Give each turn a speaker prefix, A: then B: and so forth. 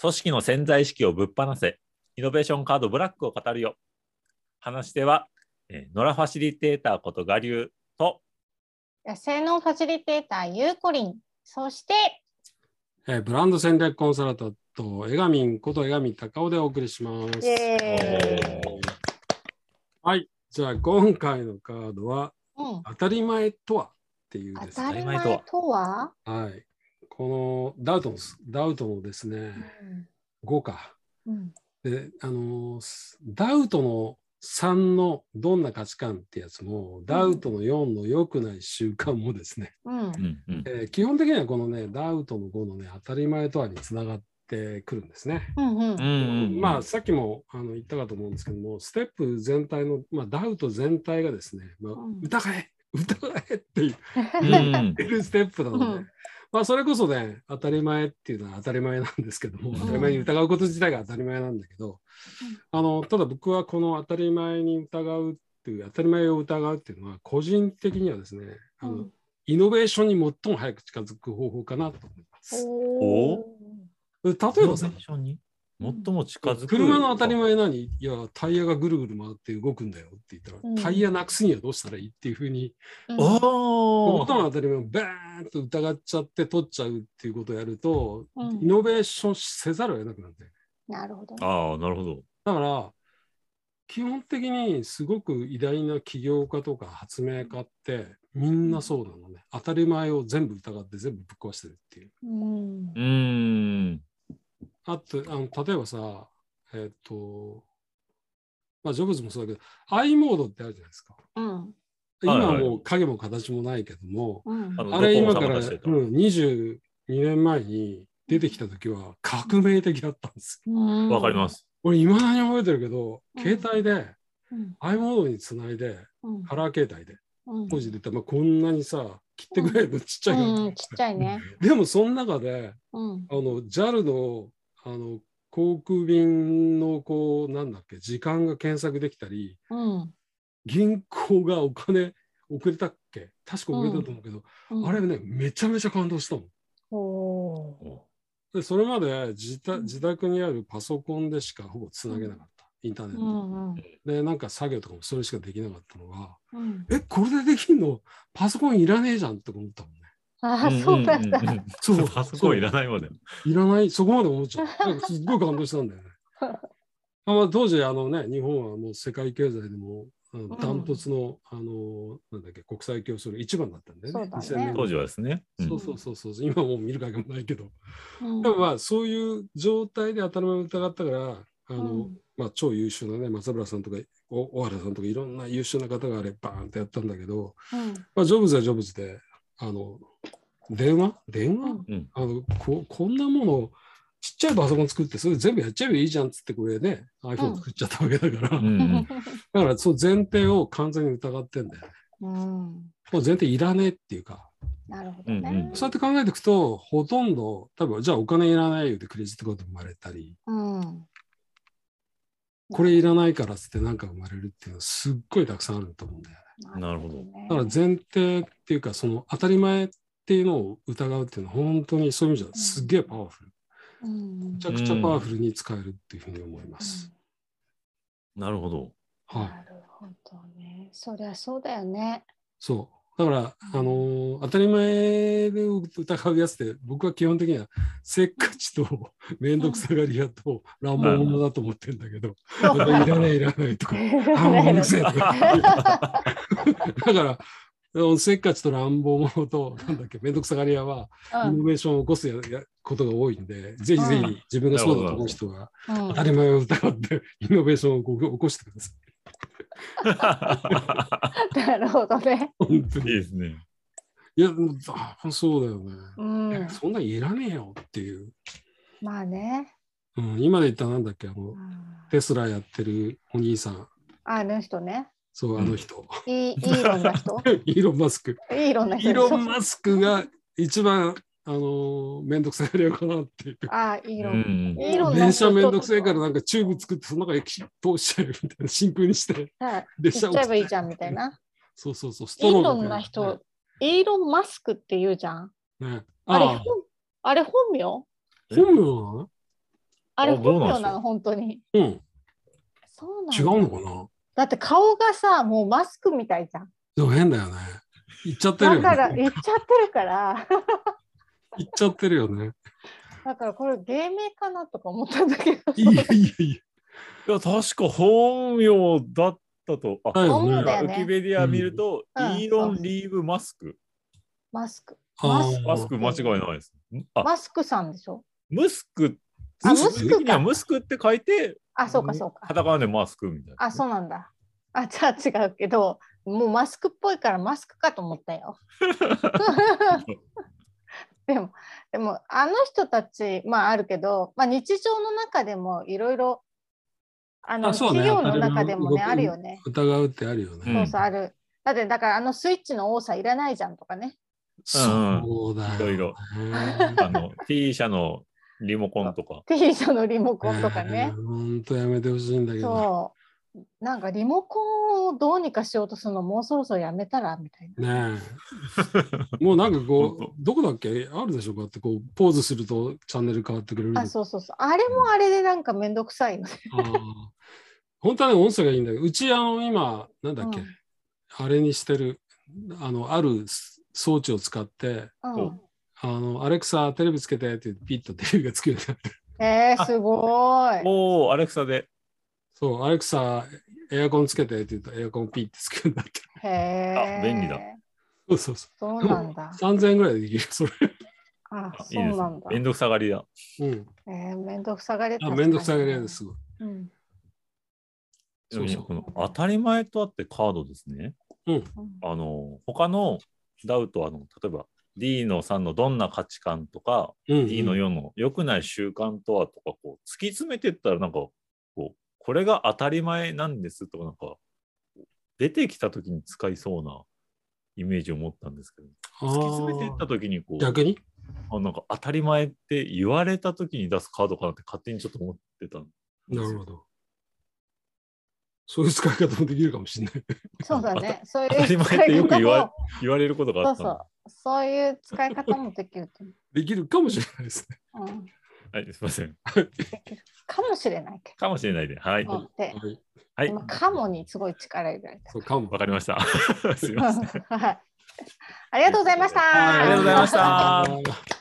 A: 組織の潜在意識をぶっ放せ、イノベーションカードブラックを語るよ。話し手は、えーノラファシリテーターこと我流と、
B: 野生のファシリテーターゆうこりんそして
C: えーブランド戦略コンサルタント、江上こと江上隆夫でお送りします。
B: イエーイ、
A: えー
C: はい。じゃあ、今回のカードは、
B: うん、
C: 当たり前とはっていう
B: 当
C: です
B: た
C: ね。
B: り前とは、
C: はい。このダウトの、ダウトのですね、5か。
B: うん
C: で、あのー、すダウトの3のどんな価値観ってやつも、ダウトの4の良くない習慣もですね、
B: うん
A: うんうん
C: えー基本的にはこのね、ダウトの5のね、当たり前とはにつながってくるんですね。
B: うんうん
A: うんうん
C: まあ、さっきもあの言ったかと思うんですけども、ステップ全体の、まあ、ダウト全体がですね、まあ
B: うん、
C: 疑え、疑えって言っ
A: うん
C: てるステップなので、
B: うん
C: まあ、それこそね、当たり前っていうのは当たり前なんですけども、
A: うん
C: 当たり前に疑うこと自体が当たり前なんだけど、あのただ僕はこの当たり前に疑うっていう、当たり前を疑うっていうのは、個人的にはですね、あの
B: うん
C: イノベーションに最も早く近づく方法かなと思います。
B: おー
C: 例えばさ
A: イノベー、ションに最も近づく。
C: 車の当たり前何いやタイヤがぐるぐる回って動くんだよって言ったら、
B: うん
C: タイヤなくすにはどうしたらいいっていうふうに
B: うん
A: お
C: 元
A: ー
C: の当たり前をバーンと疑っちゃって取っちゃうっていうことをやると、
B: うん
C: イノベーションせざるを得なくなるんだよね
B: なるほど
A: ああ、なるほど。
C: だから基本的にすごく偉大な起業家とか発明家ってみんなそうなのね当たり前を全部疑って全部ぶっ壊してるっていう
B: うん
A: うーん。
C: あとあの例えばさえっ、とまあジョブズもそうだけど i モードってあるじゃないですか
B: うん
C: 今
A: はいはい
C: もう影も形もないけども、
B: うん
A: あの
C: あれ今か
A: どこも
C: ら、うん、
A: サボタしてた
C: 22年前に出てきた時は革命的だったんですよ。
B: うん
A: わかります。
C: 俺、いまだに覚えてるけど、
B: うん
C: 携帯で
B: うん、
C: i モードにつないで、
B: うん
C: カラー携帯で、
B: うん
C: 当時で言ったら、まあ、こんなにさ、切ってくれるのちっちゃいから、
B: うん、ちっちゃいね。
C: でも、その中で、
B: うん
C: あの、JAL の、あの、航空便の、こう、なんだっけ、時間が検索できたり、
B: うん
C: 銀行がお金遅れたっけ確か遅れたと思うけど、
B: うん、
C: あれね、めちゃめちゃ感動したもん。
B: おー
A: お
C: で、それまで自
B: う
C: 宅
B: ん
C: 自宅にあるパソコンでしかほぼつなげなかった、インターネッ
B: う
C: ト。
B: んうん
C: で、なんか作業とかもそれしかできなかったのが、
B: うん、
C: え、これでできんのパソコンいらねえじゃんって思ったもんね。
B: ああ、そうなんだ。
A: んんんん
C: そう
A: パソコンいらないまで。
C: いらない、そこまで思っ ちゃった。なんかすっごい感動したんだよね。あまあ、当時、あのね、日本はもう世界経済でも、あの
B: ん
C: ダントツの、あの、なんだっけ、国際競争の一番だったんだよね。
B: そうだね
C: 2000年
A: 当時はですね。うん
C: そうそうそうそう、今もう見る影もないけど、
B: うん
C: でもまあそういう状態で当たり前を疑ったから、あの
B: うん
C: まあ、超優秀なね、松村さんとかお小原さんとかいろんな優秀な方があれ、バーンってやったんだけど、
B: うん
C: まあ、ジョブズはジョブズで、あの電話電話、
B: うん
A: うん
C: あのここんなものちっちゃいパソコン作って、それ全部やっちゃえばいいじゃんっつって、これね、
B: う
C: iPhone
B: ん
C: 作っちゃったわけだから、
A: うんうん
C: だからその前提を完全に疑ってんだよね。
B: うん、
C: もう前提いらねえっていうか、
B: なるほど
A: うん
B: ね
A: うん。
C: そうやって考えていくと、ほとんど、多分じゃあお金いらないよってクレジットカード生まれたり、
B: うん
C: これいらないからっつってなんか生まれるっていうのはすっごいたくさんあると思うんだよね。
A: なるほど
B: ね
C: だから前提っていうか、その当たり前っていうのを疑うっていうのは本当にそういう意味じゃすっげえパワフル。
B: うん
C: めちゃくちゃパワフルに使えるっていうふうに思います。
A: なるほど。
C: はい。
B: なるほどね。そりゃそうだよね。
C: そう。だから、あのー当たり前で疑うやつって、僕は基本的にはせっかちとめんどくさがり屋と乱暴者だと思ってるんだけ
B: う
C: ど、
B: ん
C: いらないいらないとか、あ もうう るせえとか。だから、あのせっかちと乱暴者と、なんだっけ、めんどくさがり屋は、イノベーションを起こすややことが多いんで、ぜひぜ
B: う
C: ひ自分がそうだと思う人は、
B: うん
C: 当たり前を疑って、 イノベーションを起こ起こしてくださ い。
B: なるほどね。
C: 本当
A: いい
C: に。
A: ですね。
C: いや、もうあそうだよね。
B: うん、
C: そんなんいらねえよっていう。
B: まあね。
C: うん、今で言ったらなんだっけ、あ
B: う
C: の、
B: ん
C: テスラやってるお兄さん。
B: あの人ね。
C: そう、あの人。
B: いいイーロンな人
C: イーロン・マスク。
B: イーロンな
C: イ
B: 人
C: ー
B: でしょ。
C: ロン・マスクが一番、あのー、めんどくさがり屋かなっていう。
B: あイ
A: う
B: ーロン。
A: ん
B: イーロンな
C: 電車
B: 人
C: めんどくせえからなんかチューブ作ってその中へ通しちゃうみたいな真空にして
B: はい。
C: 列
B: 行っち
C: 車を
B: ゃえばいいじゃんみたいな。
C: そうそうそうス
B: イーロ
C: み
B: ン
C: た
B: ない人、イーロン・マスクって言うじゃん。
C: ねね
B: あれ、
C: あ
B: 本あれ本名
C: 本名は
B: あれ
A: あどう
B: 本
A: なん
B: 名
A: すか
B: なの本当に。
C: うん、
B: そうな
C: 違う
B: の
C: のかな
B: だって顔がさ、もうマスクみたいじゃん。
C: でも変だよね。言っちゃってる
B: だから
C: よね。
B: 言っちゃってるから、
C: 言っちゃってるよね。
B: だからこれ芸名かなとか思ったんだけど。
C: いやいやい
A: いや、確か本名だったと。あ、
C: や。だよ
B: 本名だ
C: ね。
B: よ
A: ウ
B: ね
A: キペディア見ると、
B: うんうん
A: イーロン・リーブ・マスク。
B: マスク。
C: あー
A: マスク間違いないです。あ、
B: マスクさんでしょ。
A: ムスク。
B: あ
C: ムスク
A: 正式にはムスクって書いて、
B: あ、そうかそうか
A: カ。タカナでマスクみたいな。
B: あ、そうなんだ。あ、じゃあ違うけど、もうマスクっぽいからマスクかと思った よ。でも、でもあの人たち、まああるけど、まあ日常の中でもいろいろ、あの、
C: あそうね
B: 企業の中でもね、あ
C: あ
B: る
C: れも
B: よね。
C: 疑うってあるよ
A: う
B: そ
A: ん
B: うん
C: ね。
B: そう、ある。だってだからあのスイッチの多さいらないじゃんとかね。
C: そうだ
A: い
C: よ、ね。
A: ろいろ
C: うん。
A: あの、T 社のリモコンとか。
B: T 社のリモコンとかね。
C: 本当やめてほしいんだけど。
B: そう。なんかリモコンをどうにかしようとするのもうそろそろやめたらみたいな。
C: ねえ。もうなんかこ
A: 本
C: う、どこだっけあるでしょこうやってこう、ポーズするとチャンネル変わってくれるの
B: あ、そうそうそう。あれもあれでなんかめんどくさいよね。
C: あー本当はね、音声がいいんだけど、うちあの今、なんだっけ、
B: うん
C: あれにしてる、あの、ある装置を使って、
B: うん。
C: あの、アレクサ、テレビつけてって、ピッとテレビがつくようになってる。
B: えー、すごい。
A: おお、アレクサで。
C: そう、アレクサ、エアコンつけてって言うと、エアコンピッてつくようになってる。
B: へえ。
A: あ便利だ。
C: そうそうそ
B: そうなんだ
C: う。。3000円ぐらいでできる、それ。
B: あ、
A: あ
B: そ
A: いいうです
B: なんだ。
A: めんどくさがりだ。
C: うん。
B: えー、めんどくさがり。
C: あ、めんどくさがり屋です、。すごい。
B: うん。
A: ちなみに
C: そう
A: この当たり前とあってカードですね。
B: うん
A: あの、他のダウと、あの、例えば、D の3のどんな価値観とか、
C: うん、うん。
A: D の4の良くない習慣とはとか、こう、突き詰めてったら、なんか、こう、これが当たり前なんですとか、なんか、出てきた時に使いそうなイメージを持ったんですけど、
C: あー
A: 突き詰めてった時に、こう、
C: 逆に
A: あなんか当たり前って言われた時に出すカードかなって勝手にちょっと思ってたんです
C: な
A: よ
C: るほど。そういう使い方もできるかもしれない。
B: そうだね。そういう
A: 当たり前ってよく言わ
B: 使い
A: 言われることがあ
B: 方も
A: った
B: そ
A: んで
B: うそう。そういう使い方もできると
C: できるかもしれないですね。
B: 思う。うん。
A: はい、すみません。
B: かもしれないけ
A: かもしれないで。はい。
B: ど。うんで、
C: はい。
A: はい。
B: 今カモにすごい力入れられた。
C: そうかも
A: わ。かりました。すみません。
B: はいありがとうございました。
A: ありがとうございました
C: ありがとうございました。